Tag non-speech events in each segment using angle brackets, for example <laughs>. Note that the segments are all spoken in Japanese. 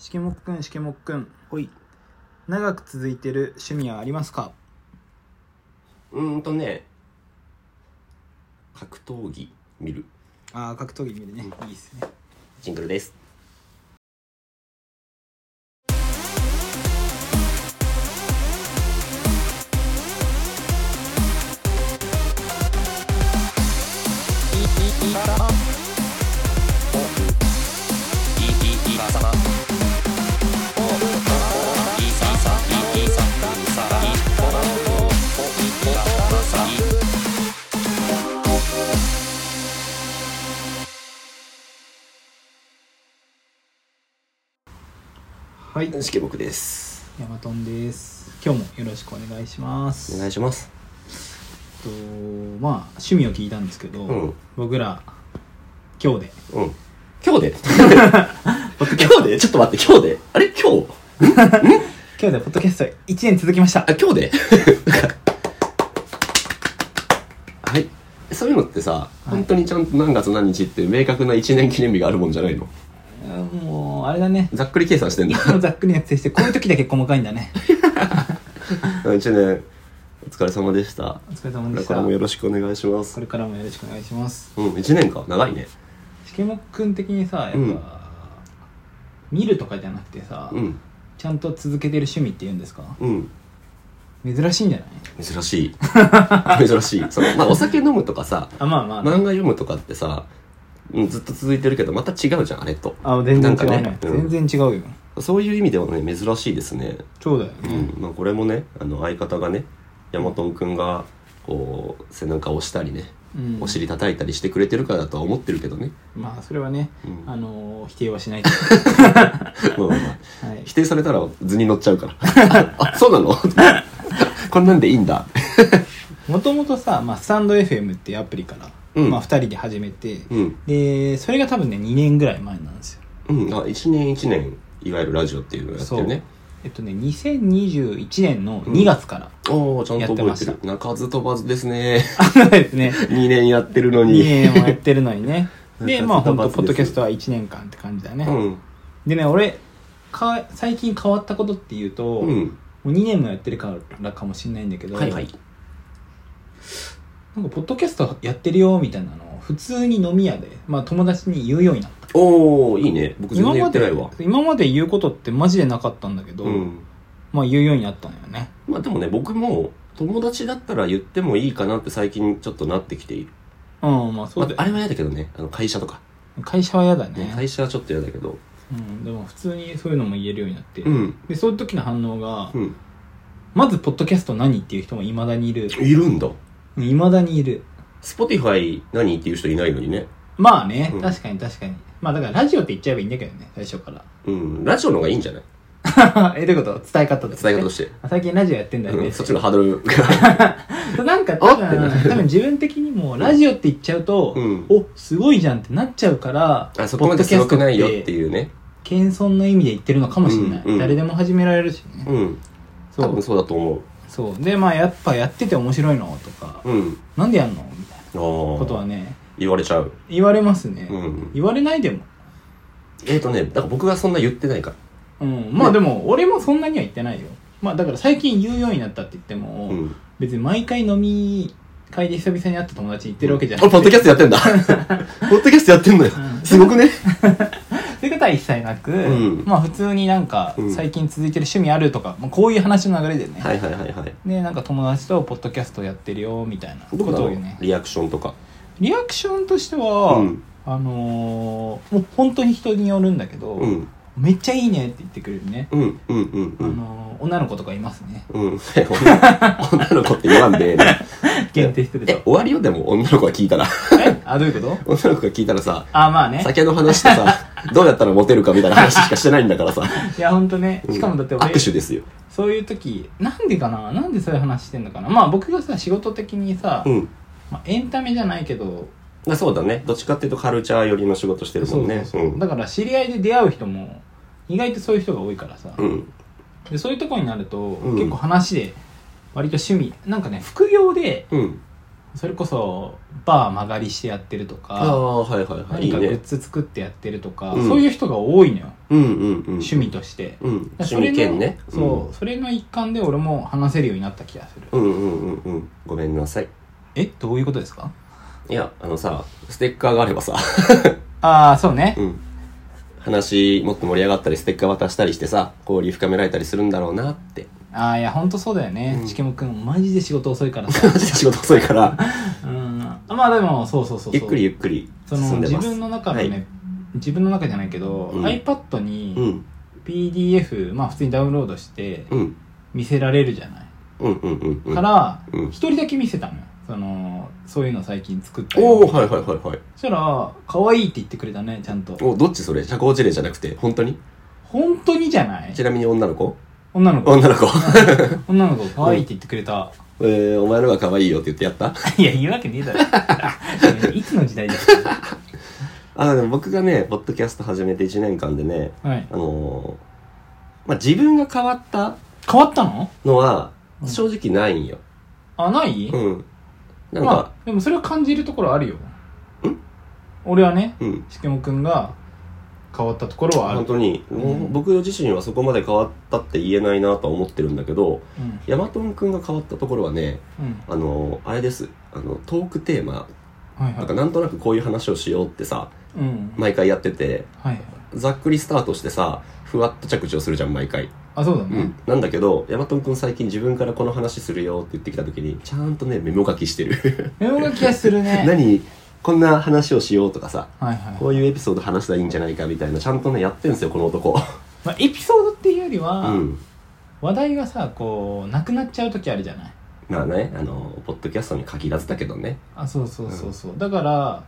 しけもっくんしけもっくんほい長く続いてる趣味はありますかうーんとね格闘技見るああ格闘技見るねいいですねジングルですはいしけぼくですヤマトンです今日もよろしくお願いしますお願いしますえっとまあ趣味を聞いたんですけど、うん僕ら今日でうん今日でポッドキャス今日でちょっと待って今日であれ今日今日でポッドキャスト1年続きましたあ今日で <laughs> はいそういうのってさ、本当にちゃんと何月何日って明確な1年記念日があるもんじゃないのあもうあれだねざっくり計算してんいだつもざっくりなやつしてこういう時だけ細かいんだね1年お疲れ様でしたお疲れ様こでれしたからもよころしくお願いしますれからもよろしくお願いしますうん1年か長いねしけもっくん的にさやっぱ、うん見るとかじゃなくてさ、うんちゃんと続けてる趣味って言うんですかうん珍しいんじゃない珍し <laughs> い珍しいそのまあお酒飲むとかさあまあまあ、漫画読むとかってさうんずっと続いてるけどまた違うじゃんあれとあ全然違うねなんかねうん全然違うよそういう意味ではね珍しいですねそうだようね、んまあ、これもねあの相方がねヤマトン君がこう背中を押したりね、うんお尻叩いたりしてくれてるからだとは思ってるけど <laughs> ね、まあそれはね、うんあのー否定はしないけど <laughs> まあまあまあはい否定されたら図に乗っちゃう <laughs> からあそうなの <laughs> こんなんでいいんだもともとさ、まあ、スタンド FM っていうアプリから、うんまあ、2人で始めて、うん、でそれが多分ね2年ぐらい前なんですようん、あ1年1年いわゆるラジオっていうのをやってるねえっとね2021年の2月から、おおちゃんとやってま覚しえたてる鳴かず飛ばずですねあのです <laughs> ね2年やってるの2に年もやってるのにねでなんかまあ本バ当ツですポッドキャストは1年間って感じだね、うんでね俺か最近変わったことっていうと、うもんう2年もやってるからかもしれないんだけど、はいはいなんかポッドキャストやってるよみたいなのを普通に飲み屋で、まあ、友達に言うようになったおおいいね僕全然言ってないわ今まで今まで言うことってマジでなかったんだけど、うんまあ言うようになったんだよねまあでもね僕も友達だったら言ってもいいかなって最近ちょっとなってきている、うんまあそうまだあ、あよれは嫌だけどねあの会社とか、会社は嫌だねね会社はちょっと嫌だけどうん、でも普通にそういうのも言えるようになって、うんでそういう時の反応が、うんまず「ポッドキャスト何?」っていう人もいまだにいるいるんだいまだにいる Spotify 何っていう人いないのにねまあね、うん確かに確かにまあだからラジオって言っちゃえばいいんだけどね最初から <laughs> うんラジオの方がいいんじゃないえどういうこと伝え方とか、伝えね、方として、あ最近ラジオやってんだようねん、そっちのハー <laughs> ドルがなんか多あってな分多分自分的にもラジオって言っちゃうと、うんおすごいじゃんってなっちゃうからあそこまですごくないよってういうね謙遜の意味で言ってるのかもしれない、うんうん誰でも始められるしね、うんそ多分うそうだと思そうでまあやっぱやってて面白いのとか、ううんなんでやんのみたいあなことはあね言われちゃう言われますね、うん言われないでもえっ、とねだから僕がそんな言ってないからうんまあでも俺もそんなには言ってないよまあだから最近言うようになったって言っても、うん別に毎回飲み会で久々に会った友達に言ってるわけじゃあなくて、ポッドキャストやって <laughs> んだポッドキャストやってんのよ、うんすごくねそういうことは一切なく、うんまあ普通になんかうん最近続いてる趣味あるとか、まあ、こういう話の流れでね、はいはいはいはいでなんか友達とポッドキャストやってるよみたいなこどうなとをのねリアクションとかリアクションとしては、うんあのーもう本当に人によるんだけど、うんめっちゃいいねって言ってくれるね、うんうんうんうあんのー女の子とかいます <laughs> ねうん女 <laughs> の子って言わんでええな <laughs> 限定してるえと終わりよでも女の子が聞いたら <laughs> え <laughs> あどういうこと女の子が聞いたらさあまあね酒の話と <laughs> さどうやったらモテるかみたいな話しかしてないんだからさいや本当ね <laughs> しかもだって俺、握手ですよそういう時なんでかななんでそういう話してんのかなまあ僕がさ仕事的にさ、うんまあ、エンタメじゃないけどあそうだねどっちかっていうとカルチャー寄りの仕事してるもんねそうそうそうだから知り合いで出会う人も意外とそういう人が多いからさ、うんうんでそういうとこになると、ん結構話で割と趣味なんかね副業でうんそれこそバー曲がりしてやってるとあかあはいはいはいい何いかグねッズ作ってやってるとか、うんそういう人が多いのよ、うんうんうん趣味としてうん趣それ味の兼ねそう、それの一環で俺も話せるようになった気がする、うんうんうんうんうんごめんなさいえどういうことですかいやあのさステッカーがあればさああそうね、うん話もっと盛り上がったりステッカー渡したりしてさ交流深められたりするんだろうなって <laughs> ああいやほんとそうだよね、うんちけもくんマジで仕事遅いからさマジで仕事遅いからうんまあでもそうそうそうそうゆっくりゆっくりそ進のんで自ます分の中のね、はい自分の中じゃないけど、うん iPad うにん PDF、まあ普通にダウンロードしてうん見せられるじゃない、うんうんうんうんからうん一人だけ見せたのよそのそういうの最近作ったおおよはいはいはいはいそしたら可愛いって言ってくれたねちゃんとおどっちそれ社交辞令じゃなくて本当に本当にじゃないちなみに女の子女の子 <laughs> 女の子女の子可愛いって言ってくれた、えー、お前のが可 <laughs> 愛いよって言ってやった <laughs> いや言うわけねえだろいつの時代だよあでも僕がねポッドキャスト始めて1年間でねはいあのーまあ自分が変わった変わったののはうん正直ないんよあない、うん、なんか、まあでもそれは感じるところあるよ俺はねうんしけもくんが変わったところはあ本る、当に、もう僕自身はそこまで変わったって言えないなとは思ってるんだけどうんヤマトンくんが変わったところはねうんあのーあれですあのトークテーマはいなんはかいなんとなくこういう話をしようってさうんはい毎回やっててはいざっくりスタートしてさふわっと着地をするじゃん毎回、あそうだね、なんだけどヤマトンくん最近自分からこの話するよって言ってきた時にちゃんとねメモ書きしてるメモが気がするね <laughs> 何こんな話をしようとかさはいはいこういうエピソード話したらいいんじゃないかみたいなちゃんとねやってんすよこの男まあ、エピソードっていうよりうは、ん話題がさこうなくなっちゃう時あるじゃないまあねあのポッドキャストに限らずだけどねあそうそうそうそう、だから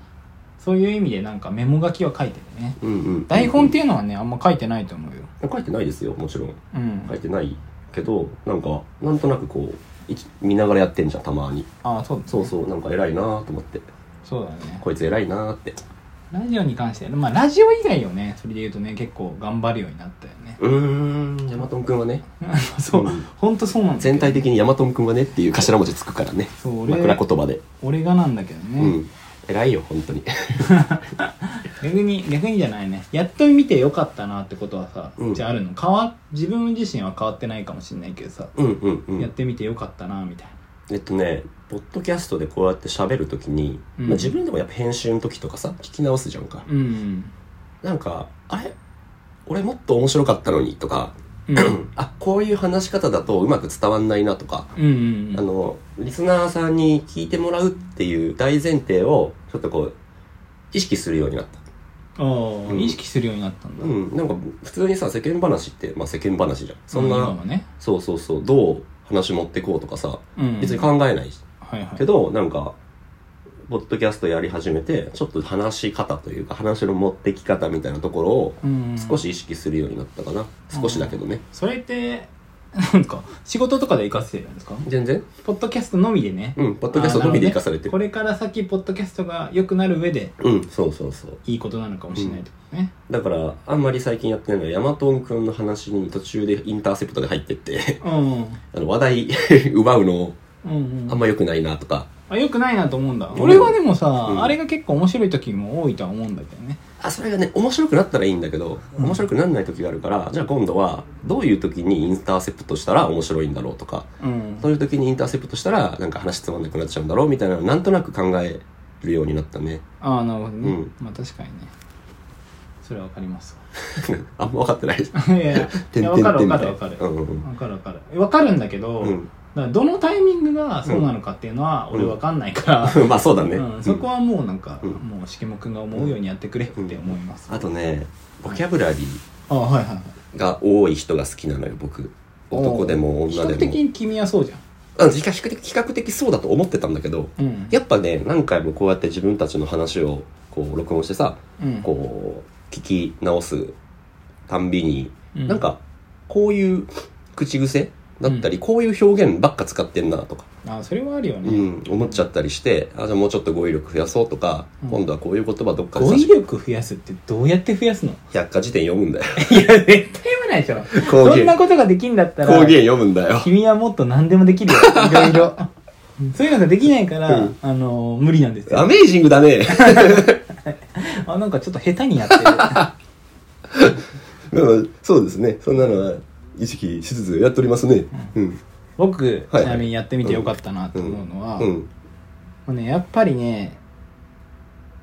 そういう意味でなんかメモ書きは書いてるねうんうん台本っていうのはねあんま書いてないと思うよ書いてないですよもちろんうん、書いてないけどなんかなんとなくこういき見ながらやってんじゃんたまにあそうだ、ね、そうそうなんか偉いなと思ってそうだねこいつ偉いなってラジオに関してまあラジオ以外をねそれで言うとね結構頑張るようになったよね <laughs> うーんヤマトンくんはねそう、うんほんとそうなんだけど全体的にヤマトンくんはねっていう頭文字つくからねそう俺枕言葉で俺がなんだけどね、うん偉いよ本当に逆に逆にじゃないねやっと見てよかったなってことはさ、うんじゃああるの変わ自分自身は変わってないかもしれないけどさ、うんうんうやっんてみてよかったなみたいなえっとねポッドキャストでこうやって喋るときに、うんまあ、自分でもやっぱ編集の時とかさ聞き直すじゃんか、うんなんかあれ俺もっと面白かったのにとか、うん <coughs> うんあこういう話し方だとうまく伝わんないなとか、うんうんあのリスナーさんに聞いてもらうっていう大前提をちょっとこう意識するようになったああ、うん意識するようになったんだ、うん、なんか普通にさ世間話って、まあ、世間話じゃんそんな、今はね、そうそうそうどう話持ってこうとかさうん、別に考えないはいはいけど、なんかポッドキャストやり始めてちょっと話し方というか話の持ってき方みたいなところをうん少し意識するようになったかな、少しだけどねそれってなんか仕事とかで活かせてるんですか全然ポッドキャストのみでね、うんポッドキャストのみで生かされてこるれから先ポッドキャストが良くなる上でうんそうそうそういいことなのかもしれないってことね、だからあんまり最近やってないのはヤマトンくんの話に途中でインターセプトで入ってって <laughs> うん、うんあの話題 <laughs> 奪うのうんあんま良くないなとかあよくないなと思うんだうん俺はでもさ、うんあれが結構面白い時も多いとは思うんだけどねあそれがね面白くなったらいいんだけど面白くならない時があるから、じゃあ今度はどういう時にインターセプトしたら面白いんだろうとかうんそういう時にインターセプトしたらなんか話つまんなくなっちゃうんだろうみたいなのをなんとなく考えるようになったねああなるほどね、うんまあ確かにねそれはわかりますあんま分かってないですわいやい <laughs> やいやわかるわかるわかるうんうんうんわかるわかるわかるんだけど、うだんからどのタイミングがそうなのかっていうのはうん俺わかんないから、まあそう <laughs> だね、うん、そこはもうなんか、うんもうしけもくんが思うようにやってくれって思います、あとねボキャブラリあはいはいはいーが多い人が好きなのよ僕男でも比女較で的もに君はそうじゃあ比較的比較的そうだと思ってたんだけどんうんやっぱね何回もこうやって自分たちの話をこう録音してさうんこう聞き直すたんびに、うんなんかこういう口癖だったり、こういう表現ばっか使ってんなとか、あそれはあるようね、ん、思っちゃったりしてあじゃあもうちょっと語彙力増やそうとか、うん今度はこういう言葉どっかで語差彙し力増やすってどうやって増やすのい百科事典読む <laughs> んだよや絶対読めないでしょ方そんな言ことができんだったら方言読むんだよ <laughs> 君はもっと何でもできるよいろいろそういうのができないから、うんあの無理なんですよアメージングだね。あなんかちょっと下手に <laughs> やってるはうんそうですね。そんなのは、意識しつつやっておりますね。うん。い僕ちはいなみにやってみてよかったなとうん思うのは、うもん。うね、やっぱりね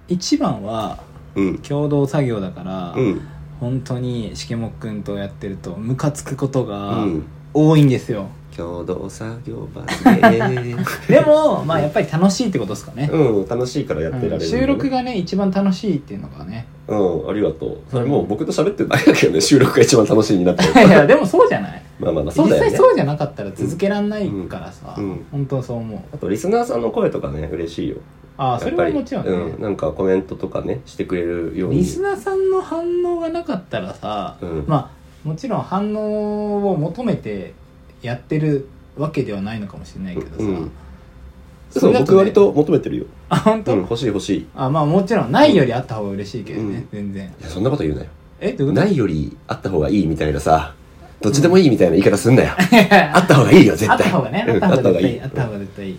一番はうん。共同作業だから、うん。本当にしけもっくんとやってるとムカつくことがうん多いんですよ、共同作業場で。 <laughs> でもまあやっぱり楽しいってことですかね、うん、楽しいからやってられる、うん収録。がね一番楽しいっていうのがねうん、ありがとう。それもう僕と喋ってないだけどね、収録が一番楽しいになってる <laughs> い。やでもそうじゃない、まあまあまあ、そ実うだよね。際そうじゃなかったら続けらんないからさ、うんうん本当そう思うあと、リスナーさんの声とかね、嬉しいよ。ああそれはやっぱりもちろんね、うん、なんかコメントとかね、してくれるように。リスナーさんの反応がなかったらさ、うんまあもちろん反応を求めてやってるわけではないのかもしれないけどさ、うんそそう、れだとね僕割と求めてるよ。あ本当、うん、欲しい欲しい。いあまあもちろんないよりあった方が嬉しいけどね、うん全然や、そんなこと言うなよ。えどういうことないよりあった方がいいみたいなさ、どっちでもいいみたいな言い方すんなよ。 <laughs> あった方がいいよ、絶あ対。った方がね、うんああっっ方たた方がが絶いいい。た方が絶対いい、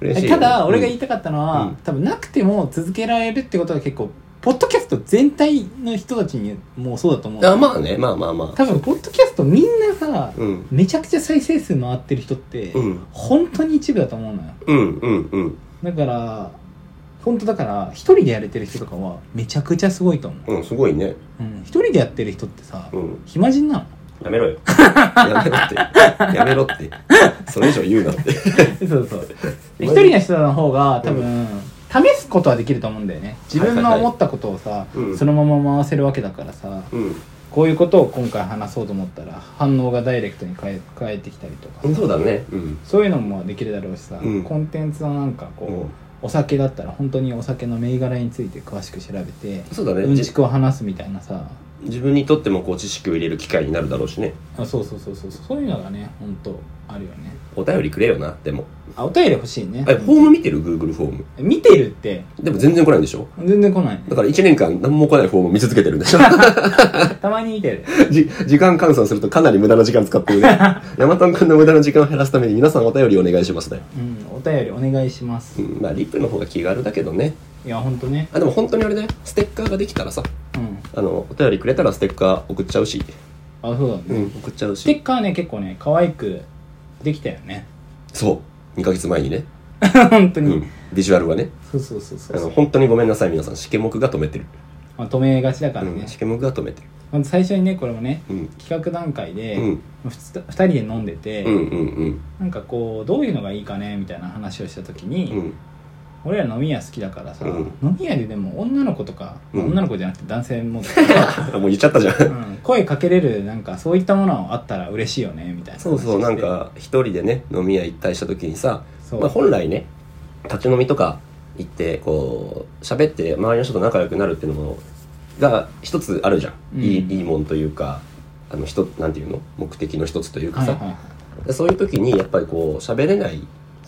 嬉しいよただ俺がう言いんたかったのは、うん多分なくても続けられるってことは結構ポッドキャスト全体の人たちにもうそうだと思うあ、まあね、まあまあまあ。多分ポッドキャストみんなさ、うん。めちゃくちゃ再生数回ってる人って、うん。本当に一部だと思うのようん、うん、うん。だから本当だから一人でやれてる人とかはめちゃくちゃすごいと思ううん、すごいね。うん一人でやってる人ってさ、うん。暇人 <laughs> なのやめろ <laughs> よ。やめろって。やめろって。それ以上言うなって。そうそうで <laughs> 一人の人の方が多分、試すことはできると思うんだよね自分の思ったことをさ、うんそのまま回せるわけだからさうこういうことを今回話そうと思ったら反応がダイレクトに変え変えてきたりとかん。そうだね。うん。そういうのもできるだろうしさ、うんコンテンツはなんかこう、うんお酒だったら本当にお酒の銘柄について詳しく調べてそうだね。うんじちくを話すみたいなさ自分にとってもこう知識を入れる機会になるだろうしね。あそうそうそうそうそういうのがね本当あるよねお便りくれよな、でも。あお便り欲しいねえ、フォーム見てる ?Google フォーム。見てるってでも全然来ないんでしょ全然来ないねだから1年間何も来ないフォームを見続けてるんでしょたまに見てるじ時間換算するとかなり無駄な時間使ってるね。ヤマトン君の無駄な時間を減らすために皆さんお便りお願いしますね。うんお便りお願いしますうん、まあリップの方が気軽だけどね。いや本当ねあ、でも本当にあれね、ステッカーができたらさ、うんあの、お便りくれたらステッカー送っちゃうし。あそうだね、うん、送っちゃうステし。ッカーね結構ね可愛くできたよね <laughs> そう。2ヶ月前にね。本当うに、ん。ビジュアルはね。そうそうそうそあの、う、本当にごめんなさい皆さん。しけもくが止めてる。まあ、止めがちだからうねん、しけもくが止めてる。まず最初にねこれもねうん。企画段階で、うん。ふつ2人で飲んでて、うんうんうん。なんかこうどういうのがいいかねみたいな話をした時に、うん。俺ら飲み屋好きだからさ、うん飲み屋ででも女の子とか、うん女の子じゃなくて男性もだけ <laughs> あもう言っちゃったじゃん。ど、うん声かけれるなんかそういったものはあったら嬉しいよねみたいな話そうそうしてなんか一人でね飲み屋一体した時にさ、そう、まあ、本来ね立ち飲みとか行ってこう喋って周りの人と仲良くなるっていうのもが一つあるじゃん、うんいいいいもんというかあの人なんていうの目的の一つというかはいさ、はいはいでそういう時にやっぱりこう喋れない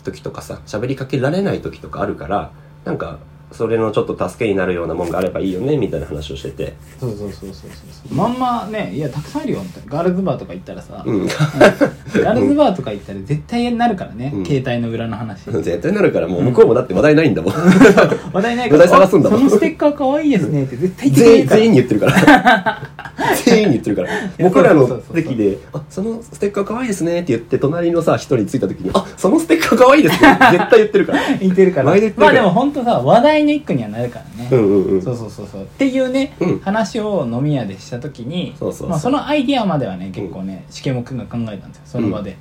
時とかさ喋りかけられない時とかあるからなんかそれのちょっと助けになるようなもんがあればいいよねみたいな話をしててそうそうそうそうそうまんまねいやたくさんあるよみたいなガールズバーとか行ったらさ、うんガールズバーとか行ったら絶対なるからね、うん携帯の裏の話 <laughs> 絶対なるからもう向こうもだって話題ないんだもん話題ないから話題探すんだもんあそのステッカー可愛いですねって絶対言ってくれ全る員から全員に言ってるから <laughs> 全員に言ってるから僕らそうのそうそうそう席で「あそのステッカーかわいいですね」って言って隣のさ人に着いた時に「あそのステッカーかわいいですね」絶対言ってるから <laughs> 言ってるから前で言ってるまあからでも本当さ話題の一句にはなるからね、うんうんうんそうそうそうそうっていうね、うん話を飲み屋でした時にそうそうそうまあ、そのアイディアまではね結構ねしけもくんが考えたんですよその場で、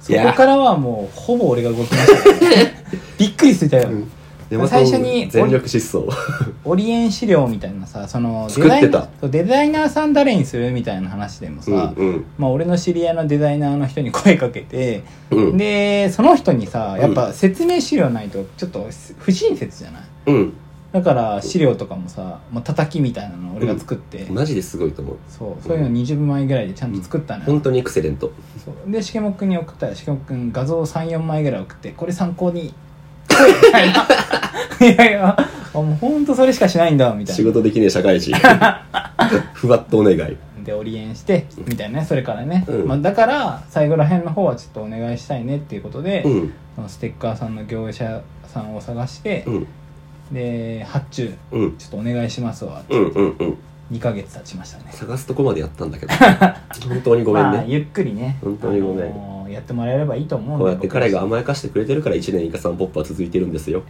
そいやこからはもうほぼ俺が動きましたからね <laughs> びっくりしてたよ、うんまあ最初に全力疾走オリエン資料みたいなさその作ってたデザイナーそうデザイナーさん誰にするみたいな話でもさ、うんまあ、俺の知り合いのデザイナーの人に声かけて、うんうんでその人にさうんやっぱ説明資料ないとちょっと不親切じゃないうんだから資料とかもさもう叩きみたいなの俺が作って、マジですごいと思うそうそういうの20枚ぐらいでちゃんと作ったのよ、本当にエクセレントそうでしけもくんに送ったらしけもくん画像34枚ぐらい送ってこれ参考にみたいな <laughs> いやいやあもうほんとそれしかしないんだみたい <laughs> 仕な事できねえ社会人ふわっとお願いで折り円してうんみたいなねそれからね、うんまあ、だから最後らへんの方はちょっとお願いしたいねっていうことで、うんそのステッカーさんの業者さんを探してう、んで発注うんちょっとお願いしますわってうんうんうん2ヶ月経ちましたね探すとこまでやったんだけど <laughs> 本当にごめんまあ、ねゆっくりね本当にごめんあのーやってもらえればいいと思うんでこうやって彼が僕甘やかしてくれてるから1年イカさんポップは続いてるんですよ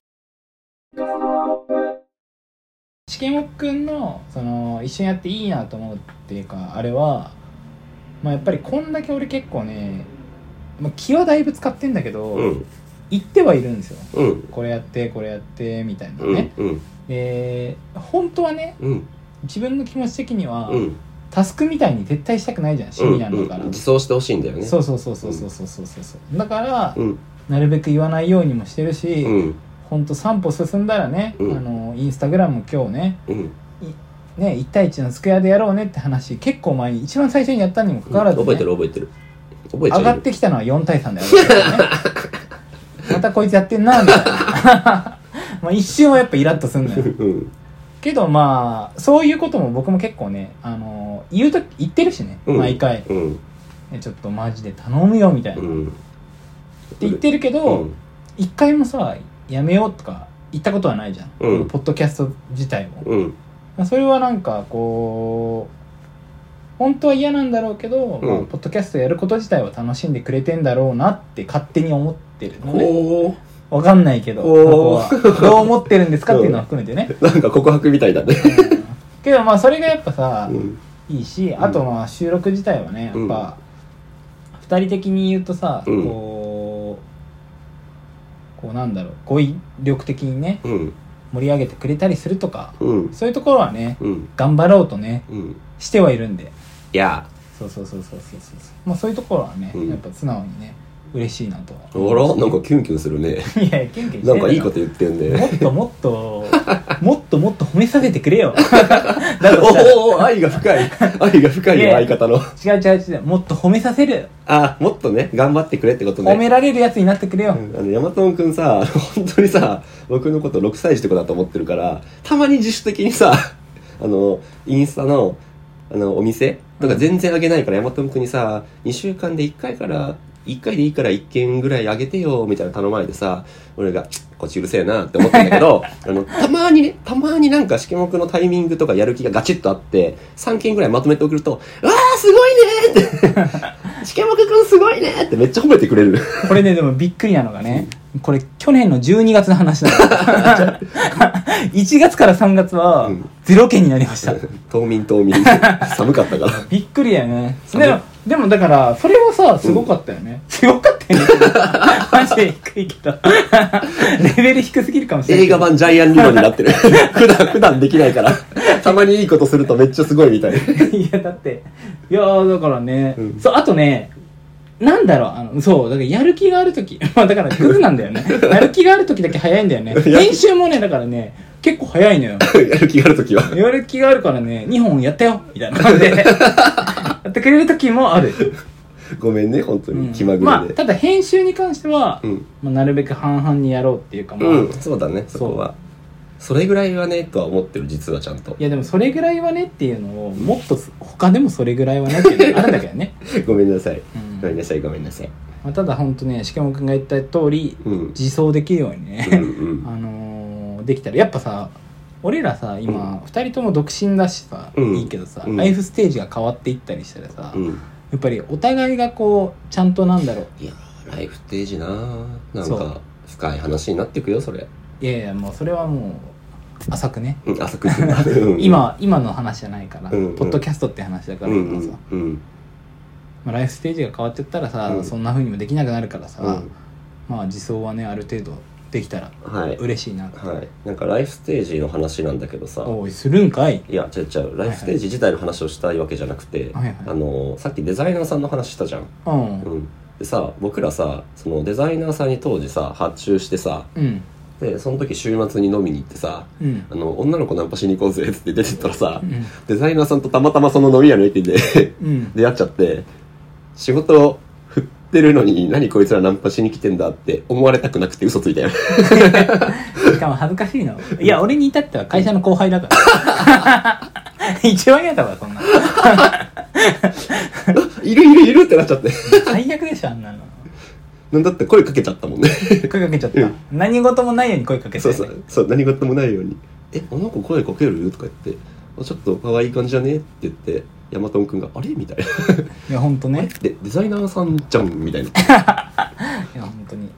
しけもっくんのその一緒にやっていいなと思うっていうかあれは、まあ、やっぱりこんだけ俺結構ね、まあ、気はだいぶ使ってんだけど、うん言ってはいるんですようんこれやってこれやってみたいなうんね、うんで本当はねうん自分の気持ち的には、うんタスクみたいに撤退したくないじゃん趣味なんだから、うん自走してほしいんだよねそうそうそうそうそうそうそうそうだから、うんなるべく言わないようにもしてるし、うんほんと3歩進んだらね、うんあのインスタグラム今日ねうんね1対1のスクエアでやろうねって話結構前に一番最初にやったにもかかわらず、ね覚えてる覚えてる覚えちゃ上うがってきたのは4対3で <laughs> 上がってきたねまたこいつやってんな <laughs> みたいなまあ一瞬はやっぱイラッとすんの <laughs> ようんけどまあそういうことも僕も結構ねあの言うと言ってるしね、うん毎回うんえちょっとマジで頼むよみたいな、うってん言ってるけうど、ん一回もさやめようとか言ったことはないじゃん、うんポッドキャスト自体も、うんまあそれはなんかこう本当は嫌なんだろうけど、うんまあポッドキャストやること自体は楽しんでくれてんだろうなって勝手に思ってるのねおーわかんないけどそこおはーどう思ってるんですかっていうのを含めて <laughs> ね、なんか告白みたいだねうんけどまあそれがやっぱさ、うんいいしあとまあ収録自体はねやっぱ、二人的に言うとさ、うんこうこうなんだろう語彙力的にねうん盛り上げてくれたりするとかうんそういうところはねうん頑張ろうとねうんしてはいるんでいやそうそうそうそうそうそうまあそういうところはね、うんやっぱ素直にね嬉しいなとはあらなんかキュンキュンするねいやいやケンケンしてなんかいいことと言ってんもねっともっと <laughs> もっともっと褒めさせてくれ <laughs> よだとしたらおお愛が深い愛が深いよ相方の違う違う違うもっと褒めさせる、あもっとね頑張ってくれってことね褒められるやつになってくれよ、うんあの、ヤマトンくんさ、 <laughs> 本当にさ、僕のこと6歳児ってことだと思ってるから、たまに自主的にさ、 <laughs> あの、インスタの、あの、お店とか全然あげないから、ヤマトンくんにさ、2週間で1回から、1回でいいから1件ぐらいあげてよ、みたいな頼まれてさ、俺が、ちっこっちうるせえなって思ったんだけど、あの、たまにね、たまになんか、しけもくのタイミングとかやる気がガチッとあって、3件ぐらいまとめて送ると、うわーすごいねーって、しけもくくんすごいねーってめっちゃ褒めてくれる。これねでもびっくりなのがねこれ去年の12月の話な <laughs> <laughs> の1月から3月はうん0件になりました、 <laughs> 冬眠冬眠寒かったからびっくりだよねそでうもでもだからそれはさすごかったよね、すごかったよね <laughs> マジで低いけど <laughs> レベル低すぎるかもしれない映画版ジャイアン理論になってる <laughs> 普段普段できないからたまにいいことするとめっちゃすごいみたいいやだっていやーだからね、うんそうあとねなんだろうあのそうだからやる気がある時 <laughs> まあだからクズなんだよねやる気がある時だけ早いんだよ <laughs> ね練習もねだからね結構早いのよやる気がある時はやる気があるからね2本やったよみたいな感じ <laughs> でやってくれる時もある、ごめんね本当うんに気まぐれで、まあただ編集に関しては、うん、まあ、なるべく半々にやろうっていうかまあ、ういん、そうだねそこはそれぐらいはねとは思ってる実はちゃんとやでもそれぐらいはねっていうのをもっと他でもそれぐらいはねっていうのがあるんだけどね、 <laughs> ごめんなさいうんごめんなさいごめんなさいまあ、ただ本当ねしかも君が言った通りうん自走できるようにうんね、うんあのーできたらやっぱさ俺らさ今2人とも独身だしさ、うんいいけどさ、うんライフステージが変わっていったりしたらさ、うやんっぱりお互いがこうちゃんとなんだろういやーライフステージなーなんそうか深い話になっていくよそれ、いやいやもうそれはもう浅くね、うん、浅く行くなう <laughs> ん今今の話じゃないから、うんうんポッドキャストって話だかうらん今さ、うんうんまあ、ライフステージが変わってったらさ、うんそんな風にもできなくなるからさ、うんまあ自走はねある程度できたらはい嬉しいなと、はい、なんかライフステージの話なんだけどさおいするんかいいや違う違うライフステージ自体の話をしたいわけじゃなくて、はいはいあのさっきデザイナーさんの話したじゃん、うんう、ん、でさ僕らさそのデザイナーさんに当時さ発注してさうんでその時週末に飲みに行ってさうんあの女の子ナンパしに行こうぜっつって出てったらさ、うんデザイナーさんとたまたまその飲み屋の駅で <laughs> うん出会っちゃって仕事を振ってるのに何こいつらナンパしに来てんだって思われたくなくて嘘つい <laughs> たよしかも恥ずかしいのいや俺に至っては会社の後輩だから <laughs> 一番嫌だわそんなのいるいるいるってなっちゃって。最悪でしょあんなのなんだって声かけちゃったもんね。声かけちゃった、うん何事もないように声かけたそようねそう、そう、何事もないように。え、あの子声かけるとか言って、あちょっと可愛い感じじゃねって言って、ヤマトンくんが、あれみたいな。いや本当ねで、デザイナーさんじゃんみたいな。っいや本当に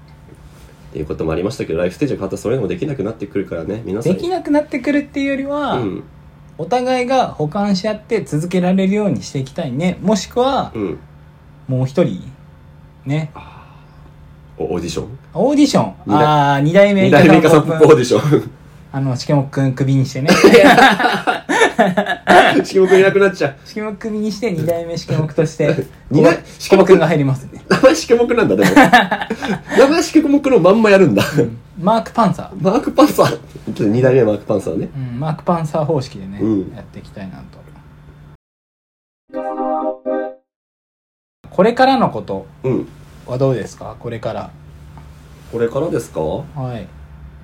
ていうこともありましたけど、ライフステージが変わったらそういうのもできなくなってくるからね、皆さん。できなくなってくるっていうよりは、うん。お互いが補完し合って続けられるようにしていきたいねもしくはうん。もう一人ねおオーディションオーディション二代ああー二代目二代目かサ三ポップオーディショあのしけもくんクビにして <laughs> ねン。しきもくんいなくなっちゃう。しけもくクビにして二代目しけもくとして <laughs> 二代しけもくんが入りますね名前しきもくなんだ、でも。名前しきもくのまんまやるんだ。マークパンサーマークパンサー。ちょっと二代目マークパンサーね。うん、マークパンサー方式でね、うんやっていきたいなとこれからのことうん。はどうですかこれからこれからですかはい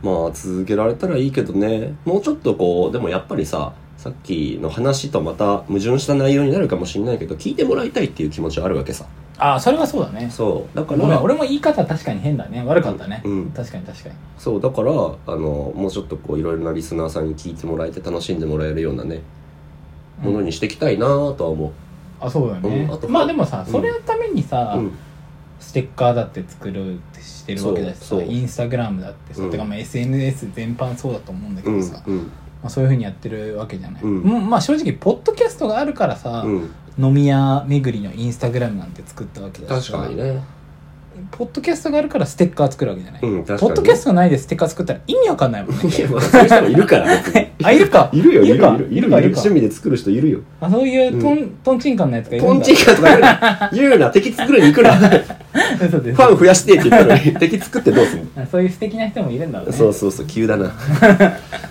まあ続けられたらいいけどねもうちょっとこうでもやっぱりささっきの話とまた矛盾した内容になるかもしれないけど聞いてもらいたいっていう気持ちはあるわけさああそれはそうだねそうだかごめんら俺も言い方確かに変だね悪かったね、うん確かに確かにそうだからあのもうちょっとこういろいろなリスナーさんに聞いてもらえて楽しんでもらえるようなねものにしていきたいなとは思あそうだよね、うんあとまあでもさ、うんそれのためにさ、う、うん、ステッカーだって作るってしてるわけだしさそうそうインスタグラムだってさ、うんてかまあ SNS 全般そうだと思うんだけうどんさ、うんまあ、そういうふうにやってるわけじゃない、うんもうまあ正直ポッドキャストがあるからさ、うん飲み屋巡りのインスタグラムなんて作ったわけだし確さかにねポッドキャストがあるからステッカー作るわけじゃない、うん確かにポッドキャストないでステッカー作ったら意味わかんないもんね <laughs> いやまあそういう人もいるから別にあいるか <laughs> いるよいるかいるいるいかるか趣味で作る人いるよあそういうトン、トンチンカンのやつがいるんだトンチンカとか言うな言うな敵作るに行くなンそうですファン増やしてって言ったのに敵作ってど <laughs> うすんあそういう素敵な人もいるんだろうのねそうそうそう <laughs> 急だな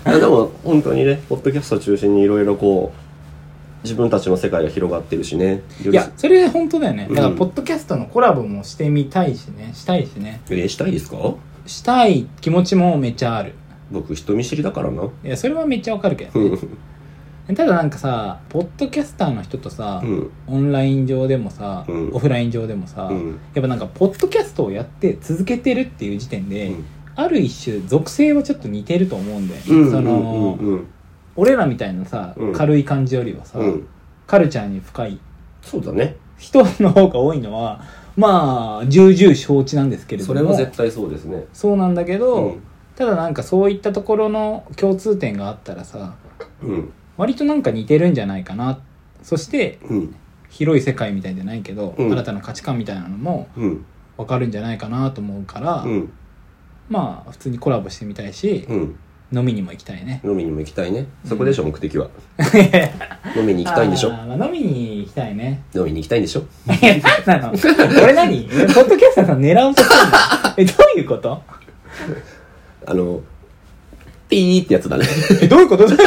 あでも本当にねポッドキャストを中心にいろいろこう自分たちの世界が広がってるしねよりいやそれ本当だよねだかうらんポッドキャストのコラボもしてみたいしねしたいしねえーしたいですかしたい気持ちもめっちゃある僕人見知りだからないやそれはめっちゃわかるけうどね、んただなんかさポッドキャスターの人とさ、うんオンライン上でもさ、うんオフライン上でもさ、うんやっぱなんかポッドキャストをやって続けてるっていう時点で、うんある一種属性はちょっと似てると思うんだよね、うんその、うんうん俺らみたいなさ、うん軽い感じよりはさ、うんカルチャーに深いそうだね人の方が多いのはまあ重々承知なんですけれどそもれは絶対そうですねそうなんだけど、うんただなんかそういったところの共通点があったらさうん割となんか似てるんじゃないかなそしてうん広い世界みたいじゃないけど、うん新たな価値観みたいなのもうん分かるんじゃないかなと思うから、うんまあ普通にコラボしてみたいし、うん飲みにも行きたいね飲みにも行きたいねそこでしょ目 <laughs> 的は飲みに行きたいんでしょあーまあ飲みに行きたいね <laughs> 飲みに行きたいんでしょいや、なんなの俺何ポッドキャスターさん狙おうとしてんのえ、どういうことあのピーってやつ <laughs> だねえ、どういうことどういうこ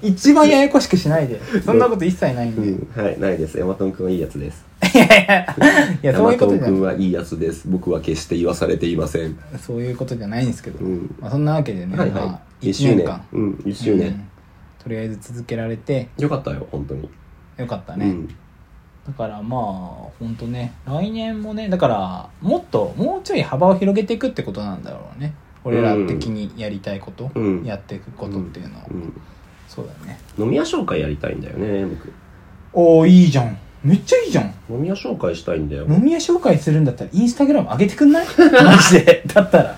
と一番ややこしくしないで。そんなこと一切ないんで。いうんはい、ないです。ヤマトンくんはいいやつです。や、ヤそうマいうこトとンじくんゃ、はいいやつです。僕は決して言わされていません。そういうことじゃないんですけど。うん。まあ、そんなわけでね、はいまあは、い。 1年間。うん、1周年。うんとりあえず続けられて、よかったよ、本当に。よかったうね。ん。だからまあ、ほんとね、来年もね、だから、もっと、もうちょい幅を広げていくってことなんだろうね。俺ら的にやりたいこと、うんやっていくことっていうのを。うん。そうだよね。飲み屋紹介やりたいんだよね、僕。おーいいじゃんめっちゃいいじゃん飲み屋紹介したいんだよ。飲み屋紹介するんだったらインスタグラム上げてくんない <laughs> マジでだったら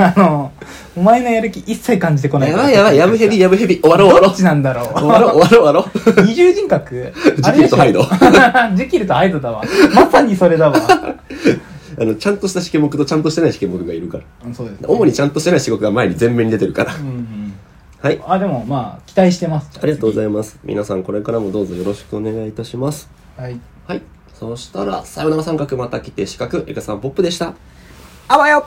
あのお前のやる気一切感じてこないやからばいやばい、やぶヘビ、やぶヘビ。終わろう、終どわろっちなんだろう。終 <laughs> わろう、終うわろう、終わろう。二重人 <laughs> 格ジキルとハイドド <laughs> ジキルとハイドだわまさにそれだわあの、ちゃんとした試験目とちゃんとしてない試験目がいるから。うんそうですね主にちゃんとしてない仕事が前に前面に出てるからう。んうんはい。あでもまあ期待してますありがとうございいます。皆さんこれからもどうぞよろしくお願いいたします。ますはいはい。そしたら、さよなら三角また来て四角、エカさんポップでした。あわよ